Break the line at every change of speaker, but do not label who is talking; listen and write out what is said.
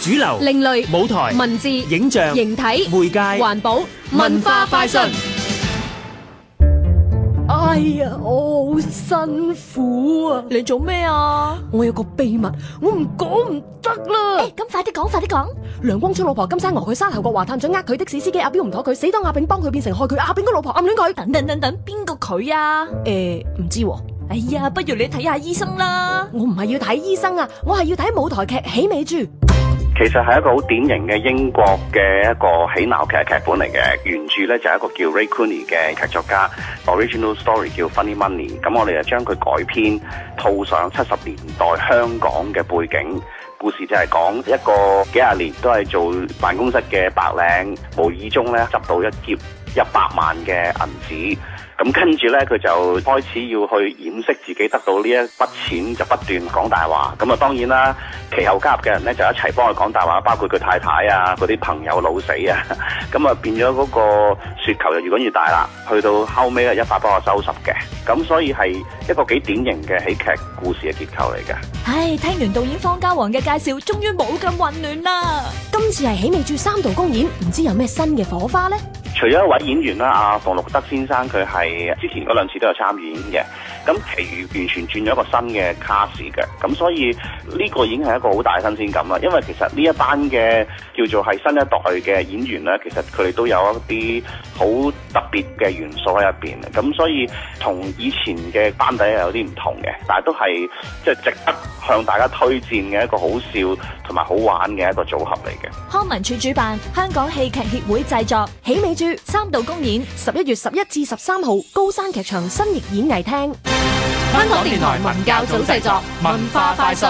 主流、
另類
舞台、
文字、
影像、
形體、
媒介、
環保、
文
文
化
化
快
快
訊
訊。哎呀，我好辛苦啊！
你做咩啊？
我有個秘密，我唔講唔得啦。
咁快啲講，快啲講！
梁光春老婆金山鵝，佢沙頭角華探長呃佢的士司機阿彪唔妥佢，死當阿炳幫佢變成害佢，阿炳個老婆暗戀佢。
等等等等，邊個佢啊？
誒，唔知喎，
哎呀，不如你睇下醫生啦。
我唔係要睇醫生啊，我係要睇舞台劇《喜美珠》。
其實係一個好典型嘅英國嘅一個喜鬧劇劇本嚟嘅，原著咧就係、一個叫 Ray Cooney 嘅劇作家 original story 叫 Funny Money，咁我哋就將佢改編套上七十年代香港嘅背景。故事就係講一個幾廿年都係做辦公室嘅白領，無意中咧執到一劫一百萬嘅銀紙。咁跟住呢，佢就開始要去掩飾自己得到呢一筆錢，就不斷講大話。咁啊，當然啦，其後加入嘅人呢，就一齊幫佢講大話，包括佢太太啊、嗰啲朋友老死啊。 咁啊，變咗嗰個雪球就越滾越大啦。去到後尾啊咧，一發不可收拾嘅。咁所以係一個幾典型嘅喜劇故事嘅結構嚟嘅。
唉，聽完導演方家黃嘅介紹，終於冇咁混亂啦。
今次係《喜美珠》三度公演，唔知有咩新嘅火花呢？
除咗一位演員啦，阿馮綠德先生佢係之前嗰兩次都有參演嘅，咁其餘完全轉咗一個新嘅 cast 嘅，咁所以呢個已經係一個好大嘅新鮮感啦。因為其實呢一班嘅叫做係新一代嘅演員咧，其實佢哋都有一啲好特別嘅元素喺入邊，咁所以同以前嘅班底係有啲唔同嘅，但係都係即係值得向大家推薦嘅一個好笑同埋好玩嘅一個組合嚟嘅。
康文署主辦，香港戲劇協會製作，
《喜美珠》
三度公演。
十一月十一至十三號，高山劇場新翼演藝廳。
香港電台文教組製作文化快訊。